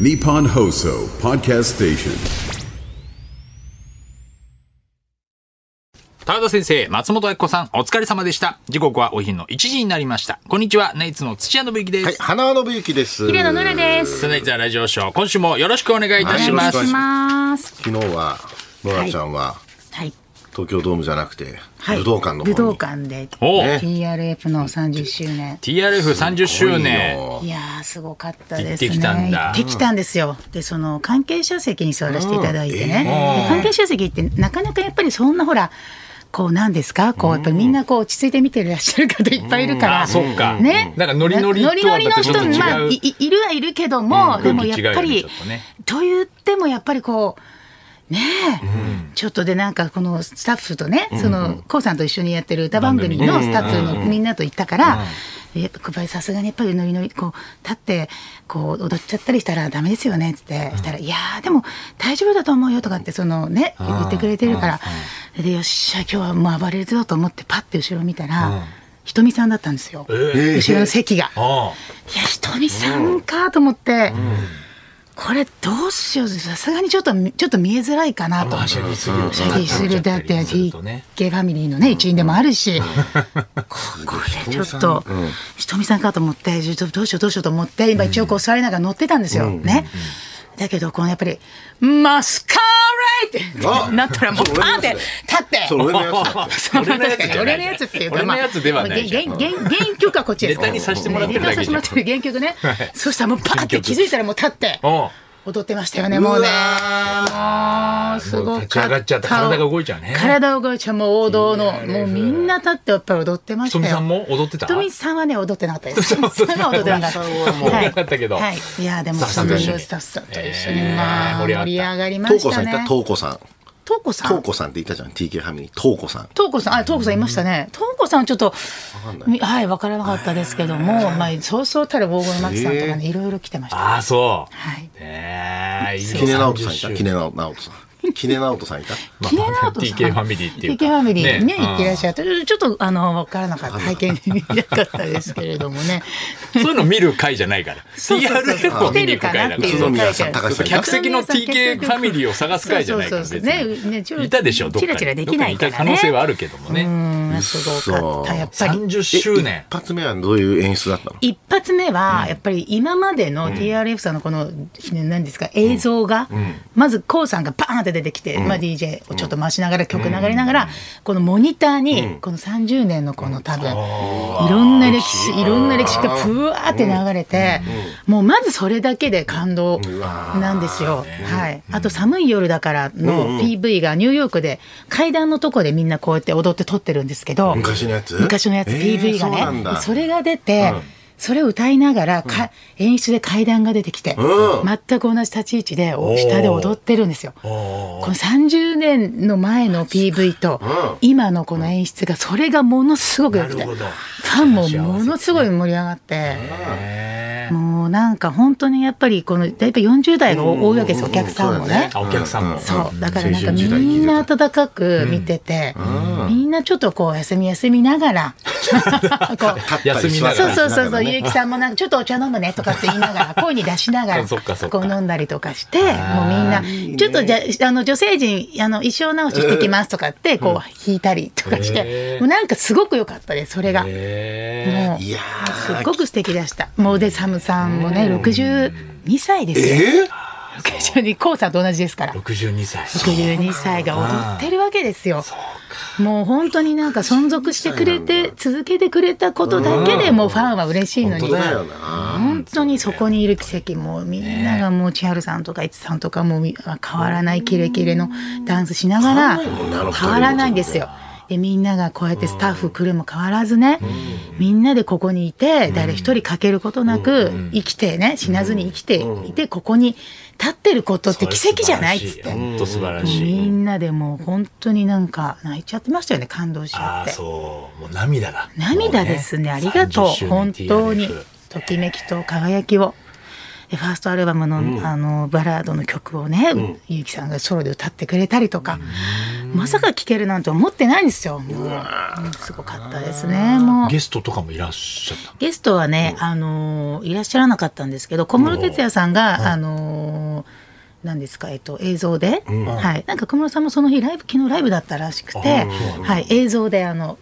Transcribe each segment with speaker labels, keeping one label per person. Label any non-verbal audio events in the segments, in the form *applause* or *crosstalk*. Speaker 1: Nippon Hoso Podcast Station.
Speaker 2: 田田先生、松本明子さん、お疲れ様でした。時刻はお昼の1時になりました。こんにちは、ナイツの土屋信之です。
Speaker 3: はい、花輪信之です。
Speaker 4: 平野ノラです。
Speaker 2: サナイツはラジオショー、今週もよろしくお願いいたし
Speaker 4: お願
Speaker 2: ま
Speaker 4: い
Speaker 2: す。
Speaker 3: は
Speaker 4: します。
Speaker 3: 昨日は、ノラちゃんは、
Speaker 4: はい。
Speaker 3: 東京ドームじゃなくて、
Speaker 4: はい。
Speaker 3: 武道館の方に。
Speaker 4: 武道館で。
Speaker 2: おう、
Speaker 3: ね
Speaker 4: TRF の30周年。
Speaker 2: TRF30 周年。
Speaker 4: いやーすごかったですね。
Speaker 2: 行ってきたんだ
Speaker 4: 行ってきたんですよ。でその関係者席に座らせていただいてね。で関係者席ってなかなかやっぱりそんなほら。こうなんですかこうやっぱりみんなこう落ち着いて見てらっしゃる方いっぱいいるから、
Speaker 2: あ、そっか。
Speaker 4: ね、
Speaker 2: なんかノリノリと
Speaker 4: ノリノ
Speaker 2: は
Speaker 4: リの
Speaker 2: またちょっ
Speaker 4: 人
Speaker 2: と違う。
Speaker 4: まあいいいるはいるけども、
Speaker 2: うん
Speaker 4: でもやっぱ
Speaker 2: 空気違う
Speaker 4: り
Speaker 2: よねちょ
Speaker 4: と
Speaker 2: っとね
Speaker 4: 言ってもやっぱりこうねえ、ちょっとでなんかこのスタッフとね、そのこうさんと一緒にやってる歌番組のスタッフのみんなと行ったから。やっぱやっぱりさすがにやっぱりノリノリこう立ってこう踊っちゃったりしたらダメですよねっつってしたら「いやーでも大丈夫だと思うよ」とかってそのね言ってくれてるからでよっしゃ今日はもう暴れるぞと思ってパッて後ろ見たらひとみさんだったんですよ。
Speaker 3: え
Speaker 4: 後ろの席が。
Speaker 2: あ
Speaker 4: いや、ひとみさんかと思って、これどうしよう、さすがにちょっと、ちょっと見えづらいかなと。
Speaker 2: あ、はしゃぎすぎる。
Speaker 4: シャギするだって、
Speaker 2: ずっとね
Speaker 4: TK ファミリーのね、一員でもあるし、ここでちょっと、ひとみさんかと思って、ちょっとどうしようどうしようと思って、今一応こう座りながら乗ってたんですよ。ね。だけど、このやっぱり、マスカーレイっ
Speaker 3: あ
Speaker 4: てなったらもうパーンって立って。
Speaker 3: それ俺のやつだ。
Speaker 2: 俺の
Speaker 4: *laughs*
Speaker 2: やつじゃない
Speaker 4: 俺のやつっていうか、
Speaker 2: 俺のやつではないじゃん
Speaker 4: まあげんげんげん原曲はこっちです。
Speaker 2: ネタにさせてもらってるだけじゃん
Speaker 4: ネタにさせてもらってる原曲ね。そしたらもうパーって気づいたらもう立って
Speaker 2: おう
Speaker 4: 踊ってましたよね、もうね。もうす
Speaker 2: も
Speaker 4: ご
Speaker 2: う
Speaker 4: かった。
Speaker 2: 立ち上がっちゃって体が動いちゃうね
Speaker 4: 体が動いちゃう、もう王道の。もうみんな立ってやっぱり踊ってま
Speaker 2: ひ
Speaker 4: した
Speaker 2: と
Speaker 4: よ。
Speaker 2: みさんも踊ってた
Speaker 4: ひとみ
Speaker 2: さ
Speaker 4: さんはね、踊ってなかった
Speaker 2: *laughs*
Speaker 4: です。ひとみさんは踊ってなかった。は
Speaker 2: んなかったけど。
Speaker 4: はい。いや、でも、
Speaker 2: スタ
Speaker 4: そ
Speaker 2: ッフ
Speaker 4: の
Speaker 2: と一緒に
Speaker 4: スタッフさんと一緒に、
Speaker 2: えー
Speaker 4: まあ、
Speaker 2: 盛り上がっ
Speaker 4: 盛
Speaker 2: た
Speaker 4: り上がりま
Speaker 3: 東
Speaker 4: し
Speaker 3: 子さ
Speaker 4: た
Speaker 3: んいた
Speaker 4: ね。
Speaker 3: 東子さん。
Speaker 4: とうこさん。
Speaker 3: 東子さんっていたじゃん、TK ハミに。東子さん。
Speaker 4: トウコさん、あ、トウコさんいましたね。トウコさんちょっと、みはい、わからなかったですけども、まあ、そうそうたる黄金のマキさんとかね、いろいろ来てました。
Speaker 2: ああ、そう。
Speaker 4: はい。
Speaker 2: ええ、いいね
Speaker 3: キネナオトさんい
Speaker 2: 30
Speaker 3: た
Speaker 2: 周
Speaker 3: キネナオトさん。キネナオトさんいた
Speaker 2: まあ
Speaker 4: 綺麗な音さん
Speaker 2: TK ファミリーっていうか
Speaker 4: TK ファミリー
Speaker 2: ね
Speaker 4: ね、いってらっしゃって、ちょっと、あの、わからなかった、拝見できなかったですけれども
Speaker 2: *laughs*
Speaker 4: ね。
Speaker 2: そういうの見る回じゃないから。
Speaker 4: そうそうそう
Speaker 2: TRF を見に行く回だから。
Speaker 4: 来て
Speaker 3: 宇
Speaker 4: る
Speaker 3: 都
Speaker 4: かなっていう
Speaker 3: 宮さん、高橋さんいた
Speaker 2: 客席の TK ファミリーを探す会じゃないから
Speaker 4: そうそう
Speaker 2: 別
Speaker 4: そうね
Speaker 2: に、
Speaker 4: ねちょ
Speaker 2: いたでしょどっかに
Speaker 4: チラチラできないからね
Speaker 2: どっにいた可能性はあるけども
Speaker 4: う
Speaker 2: ね
Speaker 4: ん、すごかった、やっぱり。
Speaker 2: 30
Speaker 3: え
Speaker 2: 周年
Speaker 3: 一発目はどういう演出だったの
Speaker 4: 一発目は、やっぱり今までの TRF さんのこの、何ですか、映像が、まず KOO さんがバーンって出てきて、まあ、DJ をちょっと回しながら、曲流れながら、このモニターに、この30年のこの多分、いろんな歴史、いろんな歴史がふわーって流れて、もうまずそれだけで感動なんですよ。はい。あと、寒い夜だからの PV がニューヨークで、階段のとこでみんなこうやって踊って撮ってるんですけど、
Speaker 3: 昔のやつ
Speaker 4: 昔のやつ
Speaker 3: えー
Speaker 4: PV が
Speaker 3: そうなん
Speaker 4: ね、
Speaker 3: だ
Speaker 4: それが出て、それを歌いながらか、演出で階段が出てきて、
Speaker 3: うん
Speaker 4: 全く同じ立ち位置でお下で踊ってるんですよ。この30年の前の PV と、今のこの演出がそれがものすごく良くて
Speaker 2: なるほ
Speaker 4: フ
Speaker 2: ど
Speaker 4: ァンもものすごい盛り上がって。もうなんか本当にやっぱりこのやっぱ40代が多いわけですよお客さんもね
Speaker 2: あ。お客さんも
Speaker 4: そうだからなんか
Speaker 3: 青春時代
Speaker 4: みんな温かく見てて、みんなちょっとこう休み休みながら *laughs* こう
Speaker 3: 立ったり座ったりし
Speaker 4: そ
Speaker 3: な
Speaker 4: う
Speaker 3: がらね
Speaker 4: そうそうそう、ゆうきさんもなんかちょっとお茶飲むねとかって言いながら、声に出し
Speaker 3: *laughs*
Speaker 4: ながら、
Speaker 2: そっかそっか
Speaker 4: こう飲んだりとかして、もうみんな、ちょっとじゃあの女性陣、あの衣装直ししてきますとかって、こう弾いたりとかして、もうなんかすごく良かったです、それが。も
Speaker 2: え
Speaker 4: う
Speaker 3: いや
Speaker 4: すっごく素敵でした。もうで、サムさんもね、62歳ですよ。
Speaker 3: え
Speaker 4: 62、コウさんと同じですから
Speaker 2: え。62歳
Speaker 4: 62歳が踊ってるわけですよ。もう本当になんか存続してくれて、続けてくれたことだけでもうファンは嬉しいのに。
Speaker 3: 本当だよな
Speaker 4: 本当にそこにいる奇跡もうみんながもう千春さんとか一さんとかもうみ変わらないキレキレのダンスしなが
Speaker 3: 変わん
Speaker 4: ら
Speaker 3: ないもんねあの二人の
Speaker 4: 変わらないんですよ。でみんながこうやってスタッフ来るも変わらずね、みんなでここにいて誰一人欠けることなく生きてね死なずに生きていてここに立ってることって奇跡じゃないっつって。
Speaker 2: 本当素晴らしい
Speaker 4: みんなでもう本当になんか泣いちゃってましたよね感動しちゃ
Speaker 2: あ
Speaker 4: っ
Speaker 2: あ
Speaker 4: て
Speaker 2: そうもう涙だ
Speaker 4: 涙ですねありがと
Speaker 2: 30周
Speaker 4: う
Speaker 2: 年
Speaker 4: 本当に
Speaker 2: TRF
Speaker 4: ときめきと輝きをでファーストアルバムの,、あのバラードの曲をね、ゆうきさんがソロで歌ってくれたりとか、まさか聴けるなんて思ってないんですよもううんすごかったですねもう
Speaker 2: ゲストとかもいらっしゃったの
Speaker 4: ゲストはね、あのーいらっしゃらなかったんですけど小室哲哉さんが、あのーなんですかえっと、映像で、はい、なんか小室さんもその日ライブ昨日ライブだったらしくて、はい、映像であの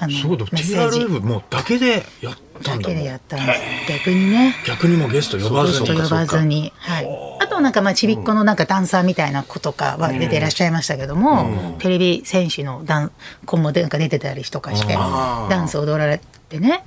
Speaker 4: あの
Speaker 2: すごいでも
Speaker 4: メッセージ
Speaker 2: TRF もうだけでやった
Speaker 4: だ
Speaker 2: んだ
Speaker 4: け
Speaker 2: も
Speaker 4: でや
Speaker 2: ん
Speaker 4: ったんです逆にね
Speaker 2: 逆にもうゲスト呼ば
Speaker 4: ず
Speaker 2: ず
Speaker 4: っ
Speaker 2: に
Speaker 4: と呼ばずに、はい、あとなんかまあちびっ子のなんかダンサーみたいな子とかは出ていらっしゃいましたけども、テレビ戦士のダン子もなんか出てたりとかしてダンス踊られてね、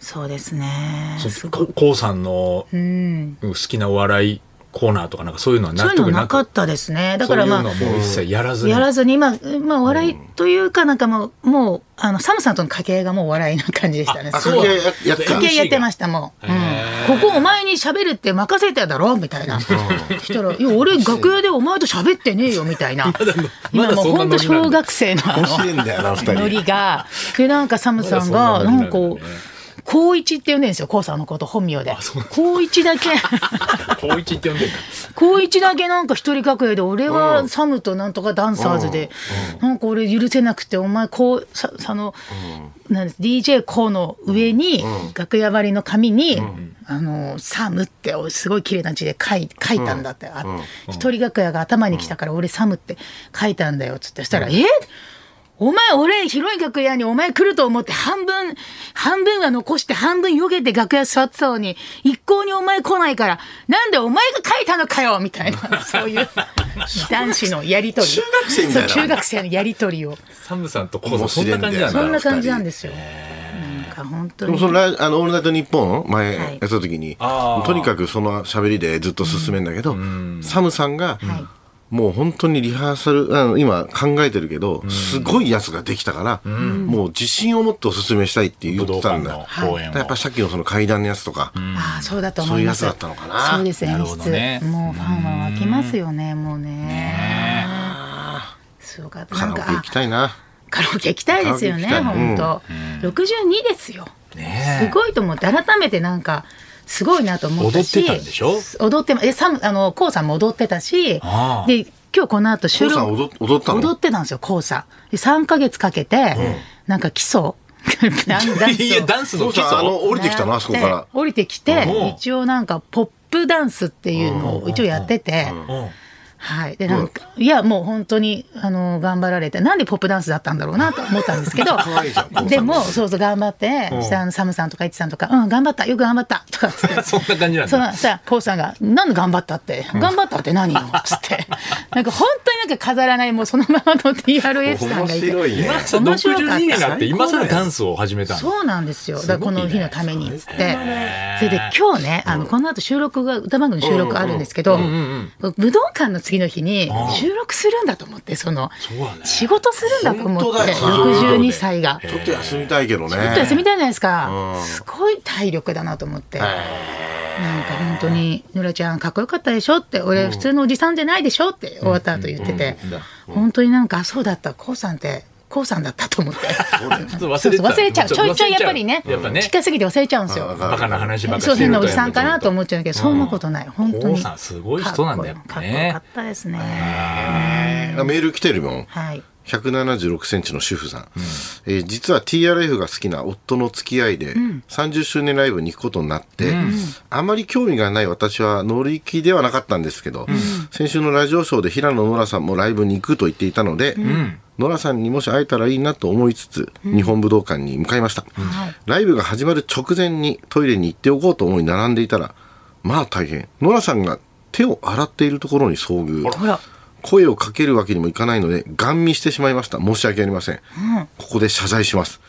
Speaker 4: そうですね
Speaker 2: そここうさんの
Speaker 4: うん
Speaker 2: 好きなお笑いコーナーとかなんかそういうのは
Speaker 4: そう
Speaker 2: 納
Speaker 4: いうの
Speaker 2: 得
Speaker 4: な
Speaker 2: な
Speaker 4: か
Speaker 2: く
Speaker 4: ったですねだからまあ
Speaker 2: そういうのはもう一切やらずに
Speaker 4: やらずに、まあ、まあ、お笑いというか、なんかもう、もう、あの、サムさんとの掛け合いがもう笑いな感じでしたね。
Speaker 3: あ
Speaker 4: す
Speaker 3: そう
Speaker 4: ごい
Speaker 3: ややった
Speaker 4: 掛け合いやってました、もう。うんここお前に喋るって任せただろみたいな。したら、いや、俺楽屋でお前と喋ってねえよ、みたい
Speaker 2: *laughs*
Speaker 4: な。
Speaker 2: ま
Speaker 4: 今
Speaker 2: だ
Speaker 4: もう
Speaker 2: そん
Speaker 4: ほ
Speaker 2: なノリなんだ
Speaker 4: んと小学生のあ
Speaker 3: 面
Speaker 4: の
Speaker 3: 白いんだよな、二人。
Speaker 4: ノリが、でなんかサムさん
Speaker 2: まだ
Speaker 4: が、
Speaker 2: そ
Speaker 4: なん
Speaker 2: なんノリ
Speaker 4: か
Speaker 2: なんだ
Speaker 4: こ
Speaker 2: ね
Speaker 4: う、高一って呼んでるんですよ、高さんのこと本名で。高一だけ。
Speaker 2: 高一って呼んでるんだ
Speaker 4: 高一だけなんか一人楽屋で俺はサムとなんとかダンサーズで、なんか俺許せなくてお前こうさその、なんです DJ コーの上に、楽屋張りの紙に、あのサムってすごい綺麗な字で書い書いたんだって、あ一人楽屋が頭に来たから俺サムって書いたんだよっつってそしたら、えお前、俺、広い楽屋にお前来ると思って、半分、半分は残して、半分よけて楽屋座ってたのに、一向にお前来ないから、なんでお前が書いたのかよみた
Speaker 3: *laughs*
Speaker 4: いな、そういう男子のやりとり。
Speaker 3: 中学生みたいな
Speaker 4: そう中学生のやりとりを。
Speaker 2: サムさんとコウさんそんな感じなん
Speaker 4: そん
Speaker 2: だ
Speaker 4: な感じなんですよ。なんか本当
Speaker 3: でも
Speaker 4: に。
Speaker 3: そのライあの、オールナイトニッポン前や
Speaker 4: はい
Speaker 3: った時に、
Speaker 2: あー
Speaker 3: とにかくその喋りでずっと進めんだけど、サムさんが、もう本当にリハーサル、あの今考えてるけど、すごいやつができたから、もう自信を持ってお勧めしたいって言
Speaker 2: 武
Speaker 3: っ
Speaker 2: 道
Speaker 3: てた
Speaker 2: 館
Speaker 3: んだ
Speaker 2: の
Speaker 3: よ。
Speaker 2: 公演を
Speaker 3: やっぱさっきのその階段のやつとか、
Speaker 4: ああ、そうだと思います。
Speaker 3: そういうやつだったのかな
Speaker 4: そうです、
Speaker 2: なる
Speaker 4: 演
Speaker 2: ほど
Speaker 4: 出。
Speaker 2: ね
Speaker 4: もうファンは湧きますよね、もうね。すごかった。
Speaker 3: カ
Speaker 4: なん
Speaker 3: ラオケ
Speaker 4: か、
Speaker 3: 行きたいな。
Speaker 4: カラオケ行きたいですよね、
Speaker 3: カラオケ行きたい
Speaker 4: 本当、六十62ですよ、
Speaker 2: ねえ
Speaker 4: すごいと思って改めてなんかすごいなと思ったし
Speaker 2: 踊ってたんでしょ
Speaker 4: 踊ってまえサムあのコウさんも踊ってたし
Speaker 2: ああ
Speaker 4: で今日この後
Speaker 3: コ
Speaker 4: 収
Speaker 3: ウさ
Speaker 4: 録
Speaker 3: ん踊っ踊ったの
Speaker 4: 踊ってたんですよコウさんで3か月かけて、なんか基礎ダンダンスを
Speaker 2: いやダンス
Speaker 3: コ
Speaker 2: の
Speaker 3: ウ
Speaker 2: 基礎
Speaker 3: さん、あの、降りてきたの、あそこから
Speaker 4: で。降りてきて
Speaker 2: うん
Speaker 4: 一応なんかポップダンスっていうのを一応やってて、
Speaker 2: うん
Speaker 4: はい。で、なんか、いや、もう本当に、あの、頑張られて、なんでポップダンスだったんだろうなと思ったんですけど
Speaker 3: 愛いじゃんポップダン、ス
Speaker 4: でも、そうそう、頑張って、下のサムさんとかイチさんとか、うん、頑張った、よく頑張った、とかっつって。
Speaker 2: *laughs* そんな感じなんだ
Speaker 4: そのさ、コウさんが、なんで頑張ったって、頑張ったって何よ、つって。なんか本当になんか飾らない、もうそのままの TRF さんがいて。
Speaker 3: い
Speaker 2: 今さ
Speaker 4: 面白かった
Speaker 2: 62年になって今更ダンスを始めたの
Speaker 4: そうなんですよ。だから
Speaker 2: すご
Speaker 4: こ
Speaker 2: いね
Speaker 4: の日のためにっつって。それで今日ね、あの、この後収録が、歌番組の収録あるんですけど、武道館の次の日に収録するんだと思って、その
Speaker 2: うだね、
Speaker 4: 仕事するんだと思
Speaker 3: 本当だ
Speaker 4: って、
Speaker 3: よそう
Speaker 4: 62歳が。
Speaker 3: ちょっと休みたいけどね。ち
Speaker 4: ちょっと休みたいじゃないですか。すごい体力だなと思って。なんか本当に、ぬらちゃんかっこよかったでしょって、俺普通のおじさんじゃないでしょって終わった後言ってて、本当になんか、あそうだった、こうさんって、こうさんだったと思って。 *laughs*
Speaker 2: ちょっと
Speaker 4: そう
Speaker 2: て
Speaker 4: そう
Speaker 2: た
Speaker 4: 忘れちゃう。ちょいちょいやっぱりね、
Speaker 2: やっぱね
Speaker 4: 近すぎて忘れちゃうんですよ。
Speaker 2: バカな話ばっか
Speaker 4: そう
Speaker 2: りして
Speaker 4: 変
Speaker 2: る
Speaker 4: なお
Speaker 2: と
Speaker 4: じさんかなと思っちゃうけど、そんなことない。本当
Speaker 2: コウ
Speaker 4: に。
Speaker 2: さんすごい人なんだよね
Speaker 4: かっこよかっこよかったですね。
Speaker 3: あメール来てるもん。
Speaker 4: はい。 *laughs*
Speaker 3: 176センチの主婦さん、えー実は TRF が好きな夫の付き合いで30周年ライブに行くことになって、あまり興味がない私は乗り気ではなかったんですけど、先週のラジオショーで平野ノラさんもライブに行くと言っていたので、ノラさんにもし会えたらいいなと思いつつ、日本武道館に向かいました、
Speaker 4: はい
Speaker 3: ライブが始まる直前にトイレに行っておこうと思い並んでいたらまあ大変ノラさんが手を洗っているところに遭遇
Speaker 4: ほら。
Speaker 3: 声をかけるわけにもいかないので、ガン見してしまいました。申し訳ありません。ここで謝罪します。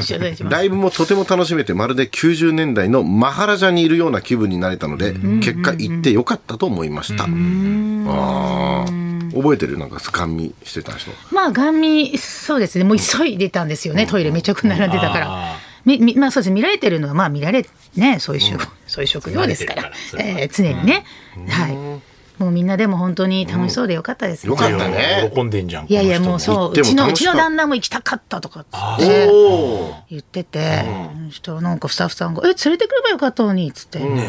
Speaker 4: 謝罪します。
Speaker 3: ライブもとても楽しめて、まるで90年代のマハラジャにいるような気分になれたので、結果行ってよかったと思いました。あー覚えてるなんかガン見してた人。
Speaker 4: まあ、ガン見、そうですね、もう急いでたんですよね、トイレ、めちゃくちゃ並んでたか
Speaker 2: うんあ
Speaker 4: ら。みみまあ、そうですね見られてるのは、まあ、見られ、ね、そういう職、そういう職業ですから、
Speaker 2: 見ら
Speaker 4: えー常にね、はい。もうみんなでも本当に楽しそうでよかったですね
Speaker 3: よ。かったね。
Speaker 2: 喜んでんじゃん
Speaker 4: いやいや、
Speaker 2: この人
Speaker 4: もうそう、
Speaker 3: 行って
Speaker 4: う
Speaker 3: も
Speaker 4: ちの、
Speaker 3: 楽しかっ
Speaker 4: うちの
Speaker 3: た
Speaker 4: 旦那も行きたかったとかっつっ
Speaker 3: お
Speaker 4: て
Speaker 3: おー。
Speaker 4: 言ってて、そしたらなんかスタッフさんが、え、連れてくればよかったのに、っつって。いやいや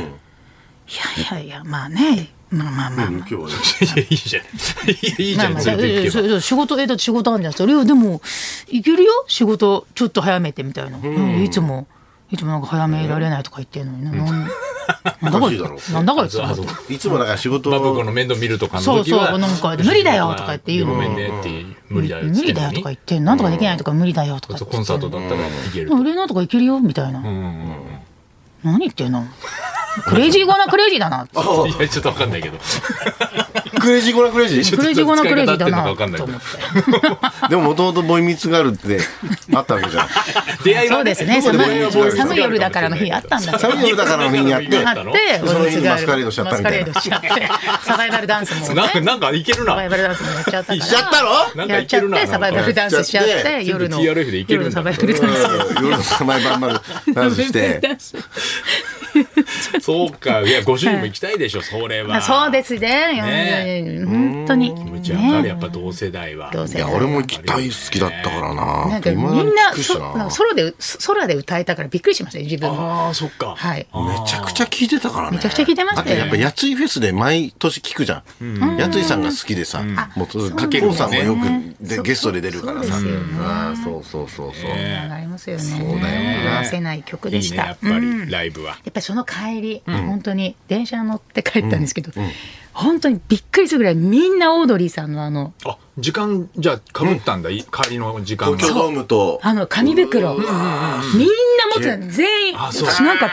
Speaker 4: いやいやまあねまあまあまあ、
Speaker 3: 今日はね
Speaker 2: いや *laughs* いいじゃん。いいじ
Speaker 4: ま
Speaker 2: ゃ
Speaker 4: あ
Speaker 2: ん、
Speaker 4: まあ、
Speaker 2: つい
Speaker 4: いやい
Speaker 2: て
Speaker 4: や
Speaker 2: いけ
Speaker 4: そ
Speaker 2: ば。
Speaker 4: うそう仕事えだって仕事あるんじゃないですかいやでもいけるよ仕事ちょっと早めてみたいな、うんいつもいつもなんか早められないとか言ってんのにな、なんなんだ
Speaker 3: お
Speaker 4: こ
Speaker 3: かし
Speaker 2: *laughs*
Speaker 4: い
Speaker 3: いだろ
Speaker 4: つなんだこいつ
Speaker 2: あそう
Speaker 3: いつもなんか仕事
Speaker 2: バブ
Speaker 3: を
Speaker 2: コの面倒見るとかの
Speaker 4: そう
Speaker 2: 時は
Speaker 4: そうなんか無理だよとか言って言うの
Speaker 2: ごめんねって無理だよっ
Speaker 4: 無
Speaker 2: つって
Speaker 4: 理
Speaker 2: んの
Speaker 4: だよ
Speaker 2: に
Speaker 4: とか言ってなんとかできないとか無理だよとか言って
Speaker 2: コンサートだったらいける
Speaker 4: でも俺なんとかいけるよみたいな、何言ってんのクレイジーゴなクレイジー
Speaker 2: *laughs*
Speaker 4: だなク
Speaker 2: いやちょっとわかんないけど
Speaker 3: クレイジーゴラクレイジー *laughs*
Speaker 4: レイジーゴなクレイジーだ
Speaker 2: ちょ
Speaker 4: な
Speaker 2: っと使い方合って
Speaker 4: と
Speaker 2: ん
Speaker 4: 思
Speaker 2: の
Speaker 4: って
Speaker 3: でももともとボイミツがあるってあったわけじゃ *laughs* ん。
Speaker 2: 出会いは
Speaker 4: そうです
Speaker 2: *laughs*
Speaker 4: ね
Speaker 2: どこ
Speaker 4: 寒
Speaker 2: で
Speaker 4: い
Speaker 2: 出会いはボーイズ
Speaker 4: 寒い夜だからの日あったんだけど
Speaker 3: 寒い夜だからの日にやって
Speaker 2: 寒い
Speaker 4: あ
Speaker 2: 夜だからの
Speaker 4: っ
Speaker 2: 日に
Speaker 4: て
Speaker 2: やっ
Speaker 3: その日にマスカレードしちゃったみたいな
Speaker 4: マスカレードしちゃってサバイバルダンスもね
Speaker 2: たのなんか
Speaker 4: サ
Speaker 2: なんかいける
Speaker 4: バイ
Speaker 2: な
Speaker 4: バルダンスもやっちゃったから
Speaker 2: しちゃったろなんか
Speaker 4: や
Speaker 2: い
Speaker 4: っちゃ
Speaker 2: け
Speaker 4: っ
Speaker 2: るな
Speaker 4: てサバイバルダンスしちゃっ
Speaker 3: やっちゃって
Speaker 4: 夜の
Speaker 2: 全部 TRF でいけ
Speaker 4: 夜
Speaker 2: る
Speaker 4: の
Speaker 2: ん
Speaker 4: サ
Speaker 2: だ
Speaker 4: バイバルダンス
Speaker 3: 夜の前晩までダンスして。
Speaker 2: そうかいやご主人も行きたいでしょそれは
Speaker 4: あそうです
Speaker 2: ね
Speaker 4: ね本当に
Speaker 2: むちゃわかるや
Speaker 4: ね
Speaker 2: っぱ同世代は
Speaker 4: どうせ
Speaker 3: いや、俺も行きたい好きだったからな。
Speaker 4: なんかみ
Speaker 3: 未だに
Speaker 4: ん
Speaker 3: 聞
Speaker 4: な
Speaker 3: くし
Speaker 4: そなんかソロで空で歌えたからびっくりしましたね自分も
Speaker 2: ああそっか
Speaker 4: はい
Speaker 3: めちゃくちゃ聞いてたからね。
Speaker 4: めちゃくちゃ聞いてましたよ
Speaker 3: だってやっぱ、やついフェスで毎年聞くじゃん。やついさんが好きでさ、もう、かけこうさんもよくでゲストで出るからさ。ああ、そうそうそうそう。
Speaker 4: 上がりますよね
Speaker 3: そうだよね
Speaker 4: 合わせない曲で
Speaker 2: いい
Speaker 4: し
Speaker 2: ね
Speaker 4: た
Speaker 2: やっぱりライブは
Speaker 4: やっぱりその帰り、本当に電車に乗って帰ったんですけど、本当にびっくりするぐらいみんなオードリーさんのあの
Speaker 2: あ時間じゃあ被ったんだい帰りの時間
Speaker 3: 東京
Speaker 2: が
Speaker 3: ドームと、
Speaker 4: あの紙袋みんな持ってた全員
Speaker 2: あそう
Speaker 4: 私なんか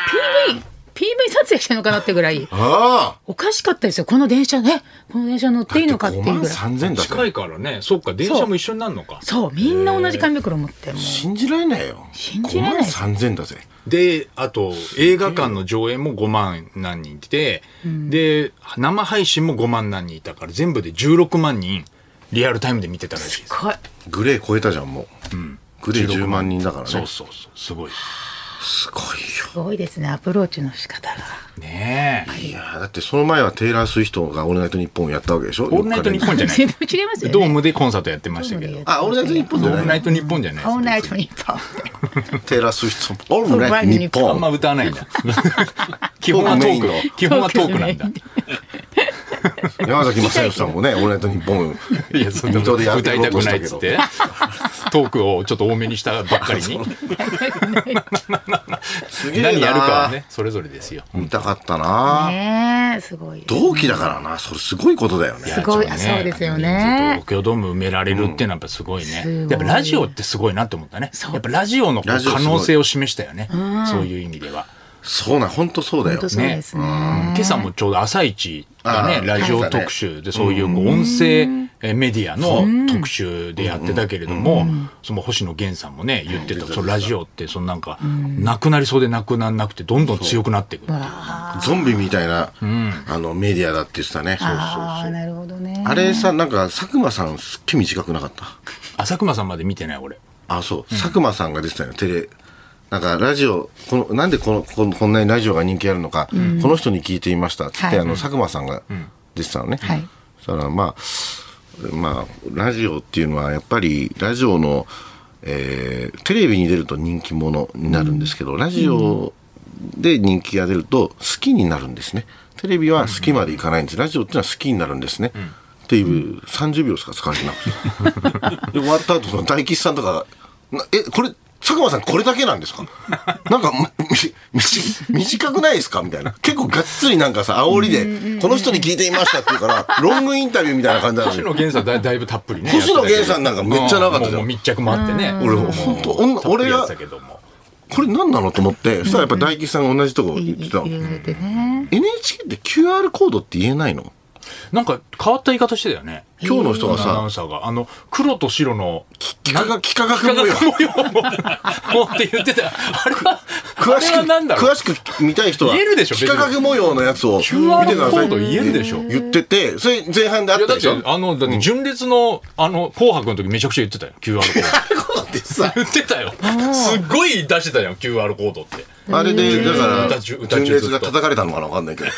Speaker 4: PV, PV 撮影してるのかなってぐらい
Speaker 3: ああ
Speaker 4: おかしかったですよこの電車ねこの電車乗っていいのかってい
Speaker 3: 5
Speaker 4: うぐら
Speaker 3: 万
Speaker 4: い
Speaker 3: 3000だ
Speaker 2: 近
Speaker 3: ぞ。
Speaker 2: いからねそっか電車も一緒になるのか
Speaker 4: そうみんな同じ紙袋持ってもう
Speaker 3: 信じられないよ。
Speaker 4: 信じられない
Speaker 3: 5万3000だぜ。
Speaker 2: であと映画館の上映も5万何人いて、で生配信も5万何人いたから全部で16万人リアルタイムで見てたらしいです
Speaker 4: こい
Speaker 3: グレー超えたじゃん、もう。グレー10万人だからね。
Speaker 2: そうそうそうすごい
Speaker 3: すごいよ。
Speaker 4: すごいですねアプローチの仕方が
Speaker 2: ねえ
Speaker 3: いやーだってその前はテイラー・スウィフトが「オールナイトニッポン」やったわけでしょ
Speaker 2: オールナイトニッポンじゃな
Speaker 4: 全
Speaker 2: い
Speaker 4: 部違いますよね
Speaker 2: ドームでコンサートやってましたけど
Speaker 4: ドームでやっ
Speaker 3: あオールナイトニッポ
Speaker 2: オ
Speaker 3: ンじゃ
Speaker 2: ール
Speaker 3: な
Speaker 2: ナ
Speaker 3: い
Speaker 2: イトニッポンじゃない
Speaker 4: オールナ
Speaker 2: で
Speaker 4: イトニッポン
Speaker 3: テイラー・スウィフトオールナイトニッ
Speaker 2: すあ
Speaker 3: ポ
Speaker 2: んま
Speaker 3: ン
Speaker 2: 歌わないんだ基本はトー
Speaker 3: トークメイン
Speaker 2: ク基本はトークなんだ
Speaker 3: 山崎正義さんもね「オールナイトニッポン」
Speaker 2: いやそんな
Speaker 3: 水戸でやって
Speaker 2: 歌
Speaker 3: るこ
Speaker 2: いた
Speaker 3: と
Speaker 2: く
Speaker 3: し
Speaker 2: ない
Speaker 3: た
Speaker 2: っ
Speaker 3: け
Speaker 2: つ
Speaker 3: ど
Speaker 2: ってトークをちょっと多めにしたばっ *laughs* かりに
Speaker 3: すげえな
Speaker 2: 何やるかはねそれぞれですよ
Speaker 3: 見たかったな、
Speaker 4: *laughs* ねえすごい
Speaker 3: 同期だからなそれすごいことだよね
Speaker 4: すごいあそうですよね
Speaker 2: 東京ドーム埋められるっていうのはやっぱすごいね、
Speaker 4: うん
Speaker 2: やっぱラジオってすごいなって思ったねやっぱラジオのこう
Speaker 3: ラジオす
Speaker 2: 可
Speaker 3: ごい
Speaker 2: 能性を示したよねそういう意味では、
Speaker 3: そうなん本当そうだ
Speaker 4: 本
Speaker 3: よ
Speaker 4: 当そうですね
Speaker 2: 今朝もちょうど「朝一が
Speaker 3: あ
Speaker 2: ね
Speaker 3: ー
Speaker 2: ラジオ特集でそういうこう音声えメディアの特集でやってたけれども、その星野源さんもね言ってた、そのラジオってそのなんか、なくなりそうでなくなんなくてどんどん強くなっていくっていう
Speaker 3: ゾンビみたいな、あのメディアだって言ってたね
Speaker 4: ああなるほどね
Speaker 3: あれさなんか佐久間さんすっげえ短くなかった
Speaker 2: 浅熊さんまで見てない俺
Speaker 3: あそう、佐久間さんが出てたよテレなんかラジオこのなんでこのこのこんなにラジオが人気あるのか、この人に聞いていましたっつって、
Speaker 4: はい
Speaker 3: あの佐久間さんが出てたのね、
Speaker 4: はい
Speaker 3: そしたらまあまあラジオっていうのはやっぱりラジオの、えーテレビに出ると人気者になるんですけど、ラジオで人気が出ると好きになるんですねテレビは好きまでいかないんです、ラジオっていうのは好きになるんですね、っていう30秒しか使われてなくてで終わった後その大吉さんとかなえこれ佐久間さんこれだけなんです
Speaker 2: *laughs*
Speaker 3: かなんかみみみ短くないですかみたいな結構がっつりなんかさ煽りでこの人に聞いていましたっていうからロングインタビューみたいな感じなの
Speaker 2: 星
Speaker 3: に
Speaker 2: 野源さんだだいぶたっぷりね
Speaker 3: 星野源さんなんかめっちゃなかったじゃん
Speaker 2: うんもうもう密着もあってね
Speaker 3: 俺ほんとおん
Speaker 2: たっぷり
Speaker 3: 俺
Speaker 2: やっ
Speaker 3: が
Speaker 2: てたけども
Speaker 3: これ何なのと思ってそしたらやっぱ大吉さんが同じとこ言ってたの
Speaker 4: 入れてね
Speaker 3: NHK って QR コードって言えないの
Speaker 2: なんか変わった言い方してたよね
Speaker 3: 今日の人が
Speaker 2: アナウ
Speaker 3: さ
Speaker 2: ンサーがあの黒と白の
Speaker 3: 幾何学幾何学
Speaker 2: 幾
Speaker 3: 模
Speaker 2: 何
Speaker 3: 様
Speaker 2: 学模様を持って言ってたあれは
Speaker 3: 詳し
Speaker 2: あれは何だ
Speaker 3: く
Speaker 2: ろ
Speaker 3: 詳
Speaker 2: う
Speaker 3: しく見たい人は
Speaker 2: 言えるでしょ別
Speaker 3: 幾
Speaker 2: に
Speaker 3: 何学模様のやつを見て
Speaker 2: QR
Speaker 3: くだ
Speaker 2: コ
Speaker 3: さい
Speaker 2: ー
Speaker 3: って
Speaker 2: ド言えるでしょい
Speaker 3: 言っててそれ前半であっ
Speaker 2: や
Speaker 3: た
Speaker 2: だっ
Speaker 3: でしてょ
Speaker 2: あのだって純烈のあの紅白の時めちゃくちゃ言ってたよ QR コー
Speaker 3: *laughs*
Speaker 2: ド
Speaker 3: ってさ
Speaker 2: 言ってたよすっごい出してたよ QR コードって
Speaker 3: あれでだか
Speaker 2: 歌
Speaker 3: ら
Speaker 2: 中
Speaker 3: 純
Speaker 2: 歌中
Speaker 3: 烈が叩かれたのかなわかんないけど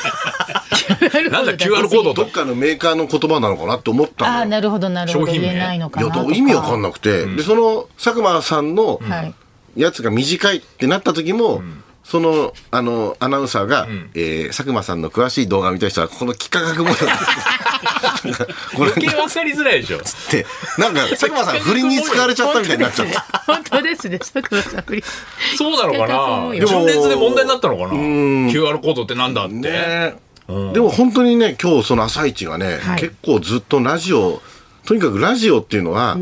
Speaker 2: なんだ
Speaker 4: *laughs*
Speaker 2: QR コー
Speaker 3: ど
Speaker 2: ドと
Speaker 3: っかのメーカーの言葉なのかなって思っ
Speaker 4: あ
Speaker 3: た
Speaker 4: あ
Speaker 3: のよ
Speaker 4: なるほどなるほ
Speaker 2: 商
Speaker 4: ど
Speaker 2: 品名
Speaker 4: 言えないのか
Speaker 3: い
Speaker 4: な
Speaker 3: や
Speaker 4: と
Speaker 3: どう意味わかんなくてでその佐久間さんの
Speaker 4: はい
Speaker 3: やつが短いってなった時もその、あの、アナウンサーが、えー佐久間さんの詳しい動画見たい人は、この幾何学模様ですご覧
Speaker 2: 余
Speaker 3: に
Speaker 2: 計
Speaker 3: なっ
Speaker 2: 分かりづらいでしょ。
Speaker 3: て、なんか、佐久間さん、不倫に使われちゃったみたいになっちゃった。
Speaker 4: 本当ですね佐久間さん振り
Speaker 2: そうなのかな
Speaker 4: でも
Speaker 2: 純烈で問題になったのかな ?QR コードってなんだって。
Speaker 3: ねでも本当にね、今日その朝一がね、
Speaker 4: はい
Speaker 3: 結構ずっとラジオ、とにかくラジオっていうのは、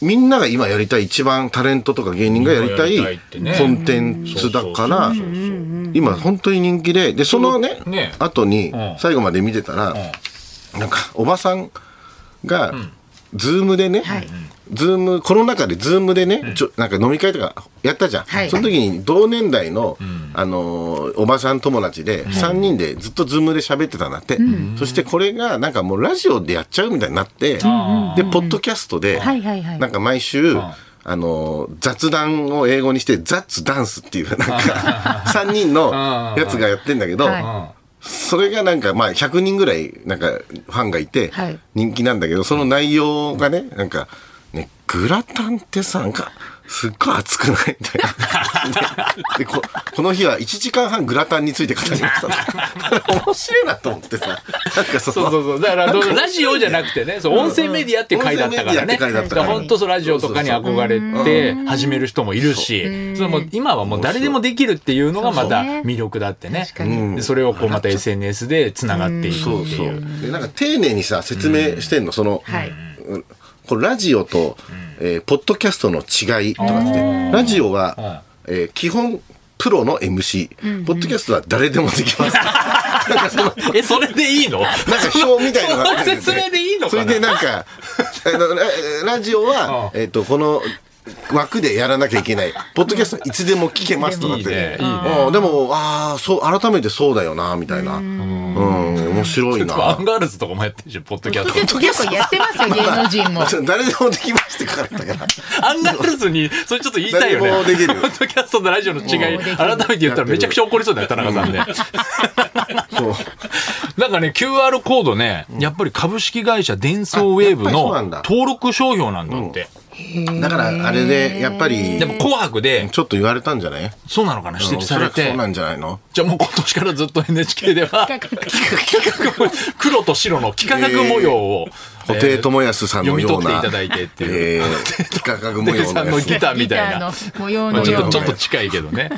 Speaker 3: みんなが今やりたい、一番タレントとか芸人がやりたい
Speaker 2: みんながやりたいってね
Speaker 3: コンテンツだから
Speaker 2: そうそうそうそううん、
Speaker 3: 今本当に人気で、で、そのね、
Speaker 2: ね
Speaker 3: 後に
Speaker 2: ん
Speaker 3: 最後まで見てたら、なんかおばさんが、ズームでね、
Speaker 4: はい
Speaker 3: ズーム、コロナ禍でズームでね、ちょなんか飲み会とかやったじゃん。
Speaker 4: はい
Speaker 3: その時に同年代の、あのーおばさん友達で、3人でずっとズームで喋ってたんだって。そしてこれが、なんかもうラジオでやっちゃうみたいになって、で、ポッドキャストで、
Speaker 4: はいはいはい
Speaker 3: なんか毎週、あのー雑談を英語にして、雑ダンスっていう、なんか、3人
Speaker 4: *laughs*
Speaker 3: のやつがやってんだけど、
Speaker 4: は
Speaker 3: それがなんか、まあ、100人ぐらい、なんか、ファンがいて
Speaker 4: はい、
Speaker 3: 人気なんだけど、その内容がね、なんか、ね、グラタンってさ、なんか、すっごい熱くないみたいな。ででこ、この日は1時間半グラタンについて語りました。
Speaker 2: *laughs*
Speaker 3: 面白いなと思ってさ、なんかそ
Speaker 2: そう
Speaker 3: の
Speaker 2: そうそう。だから、ラジオじゃなくてね、そう、音声メディアっていう回だったから
Speaker 3: 音声メディアっ
Speaker 2: ね。
Speaker 3: て回だ
Speaker 2: だ
Speaker 3: った
Speaker 2: か
Speaker 3: から
Speaker 2: ら本当そう、ラジオとかに憧れて始める人もいるし、それもう今はもう誰でもできるっていうのがまた魅力だってね
Speaker 4: 確かに。
Speaker 2: でそれをこうまた SNS で繋がっていくって
Speaker 3: そうそ
Speaker 2: いうう。。
Speaker 3: で、なんか丁寧にさ、説明してんの、その、
Speaker 4: はい
Speaker 3: うんこれラジオと、えーポッドキャストの違いとかって、ラジオは、えー基本、プロの MC、ポッドキャストは誰でもでき
Speaker 2: *laughs*
Speaker 3: ます。
Speaker 2: え、それでいいの
Speaker 3: なんか表みたいなのが出てて
Speaker 2: その説明でいいのかな
Speaker 3: それでなん
Speaker 2: *laughs*
Speaker 3: か、あのララジオは、
Speaker 2: う
Speaker 3: えっ、と、この、枠でやらなきゃいけない。ポッドキャストはいつでも聞けますとかって。
Speaker 2: いいねいい
Speaker 3: うんでも、ああ、そう、改めてそうだよな、みたいな。うん、面白いな。
Speaker 2: アンガールズとかもやってるでしょ、ポッドキ *laughs* ャスト。
Speaker 4: 結構やってますよ芸能人も
Speaker 3: *laughs* 誰でもできますって書かれた
Speaker 2: *laughs*
Speaker 3: から。
Speaker 2: アンガールズに、それちょっと言いたいよね。
Speaker 3: 誰もできる
Speaker 2: ポッドキャストとラジオの違い、改めて言ったらめちゃくちゃ怒りそうだよ、田中さんね。
Speaker 3: そう。
Speaker 2: なんかね、QR コードね、やっぱり株式会社デンソーウェーブ
Speaker 3: あやっぱりそうなん
Speaker 2: の
Speaker 3: だ
Speaker 2: 登録商標なんだって。
Speaker 3: だから、あれで、やっぱり
Speaker 2: で、も紅白で、
Speaker 3: ちょっと言われたんじゃない
Speaker 2: そうなのかな、指摘
Speaker 3: おそ
Speaker 2: され
Speaker 3: らく
Speaker 2: て
Speaker 3: そう。なんじゃないの
Speaker 2: じゃあもう今年からずっと NHK では、黒と白の幾何学模様を、
Speaker 3: 布袋寅泰さんのような。
Speaker 2: 読み取っていただいてってい
Speaker 3: え
Speaker 2: う。
Speaker 3: ー、企画模
Speaker 2: 布袋
Speaker 3: 様
Speaker 2: さん
Speaker 3: の
Speaker 2: の
Speaker 3: やつ
Speaker 2: *laughs* ギターみたい
Speaker 4: ギタ
Speaker 2: な。
Speaker 4: ーの模様
Speaker 2: まあ
Speaker 4: の
Speaker 2: ちょっ
Speaker 4: よう
Speaker 2: と、
Speaker 4: な
Speaker 2: ちょっと近いけどね。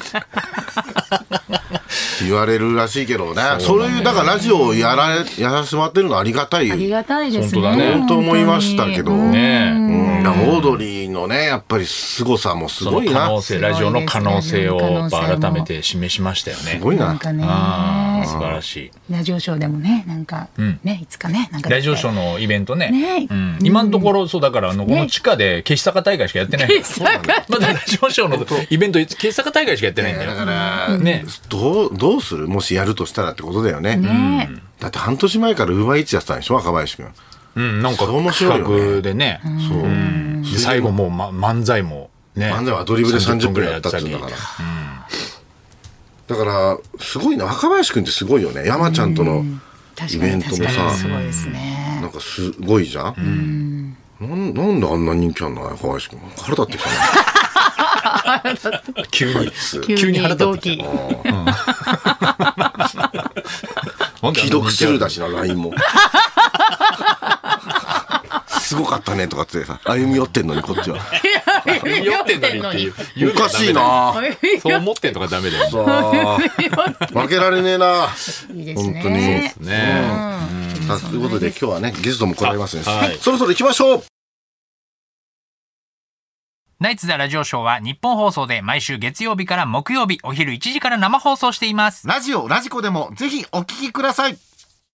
Speaker 3: 言われるらしいけ
Speaker 2: *laughs*
Speaker 3: どね。そういう、だからラジオをやられ、やらせてもらってるのはありがたい
Speaker 4: あ
Speaker 3: よ。
Speaker 4: りがたいですね
Speaker 2: 本当だね
Speaker 3: 本当思いましたけど。うん
Speaker 2: ねえ。
Speaker 3: だからオードリーのね、やっぱり凄さもす
Speaker 2: そ
Speaker 3: ご
Speaker 2: の
Speaker 3: い
Speaker 2: 可
Speaker 3: な。
Speaker 2: 能
Speaker 3: す
Speaker 2: 性、ラジオの可能性を
Speaker 4: すごい
Speaker 2: や
Speaker 4: で
Speaker 2: っ
Speaker 4: すね可能性
Speaker 2: ぱ
Speaker 4: も
Speaker 2: 改めて示しましたよね。
Speaker 3: ごい
Speaker 4: な。
Speaker 3: なん
Speaker 4: か
Speaker 2: あ
Speaker 4: ね
Speaker 2: あ、素晴らしい。
Speaker 4: ラジオショーでもねなんかねいつかねなんか
Speaker 2: ラジオショーのイベントね。
Speaker 4: ね
Speaker 2: うん、今のところ、そうだから、あの、この地下で、消し坂大会しかやってないんだ
Speaker 4: *laughs*
Speaker 2: よ。
Speaker 4: 消し坂
Speaker 2: まだラジオショーのイベント、消し坂大会しかやってないんだ
Speaker 3: だか
Speaker 2: よ。
Speaker 3: ら、
Speaker 2: ね。
Speaker 3: どう、どうするもしやるとしたらってことだよね。
Speaker 4: ね
Speaker 3: だって半年前からウーバーイーツやってたんでしょ若林君。
Speaker 2: うん、なんか、
Speaker 3: そう面白いよね
Speaker 2: 企画でね。
Speaker 3: そう。
Speaker 2: で最後もう、ま、漫才も、ね。
Speaker 3: 漫才はアドリブで30分
Speaker 2: ぐらい
Speaker 3: やったっていうんだか
Speaker 2: や
Speaker 3: ら
Speaker 2: ってた。
Speaker 3: だから、すごいな。若林くんってすごいよね。山ちゃんとのイ
Speaker 4: 確か
Speaker 3: ベ
Speaker 4: に
Speaker 3: ント
Speaker 4: 確
Speaker 3: も
Speaker 4: か
Speaker 3: さ
Speaker 4: に、すごいですね
Speaker 3: なんかすごいじゃん。なんなんであんな人気あんの若林くん。腹立ってきたな。
Speaker 2: り急に、急
Speaker 4: 急に
Speaker 2: に腹立っ
Speaker 4: 同
Speaker 2: てき
Speaker 4: 期
Speaker 2: た。なんであんな人気あるの
Speaker 3: 既読するだしな、LINE も。 *laughs* すごかったねとかってさ、歩み寄ってんのにこっちは。
Speaker 2: 酔ってんのにって
Speaker 4: *laughs*
Speaker 2: いう言う
Speaker 3: お
Speaker 2: のは
Speaker 3: か
Speaker 2: ダメだ
Speaker 3: しい
Speaker 2: よ
Speaker 3: な。
Speaker 2: *laughs* そう思ってんとかダメだよ。
Speaker 3: あー負けられねえな。
Speaker 4: いいですね
Speaker 3: 本当に
Speaker 2: ね
Speaker 3: さあということで今日はね、ゲストも来られますね。
Speaker 2: あはい
Speaker 3: そろそろ行きましょう
Speaker 5: ナイツザラジオショーは日本放送で毎週月曜日から木曜日お昼1時から生放送しています。
Speaker 6: ラジオ、ラジコでもぜひお聞きください。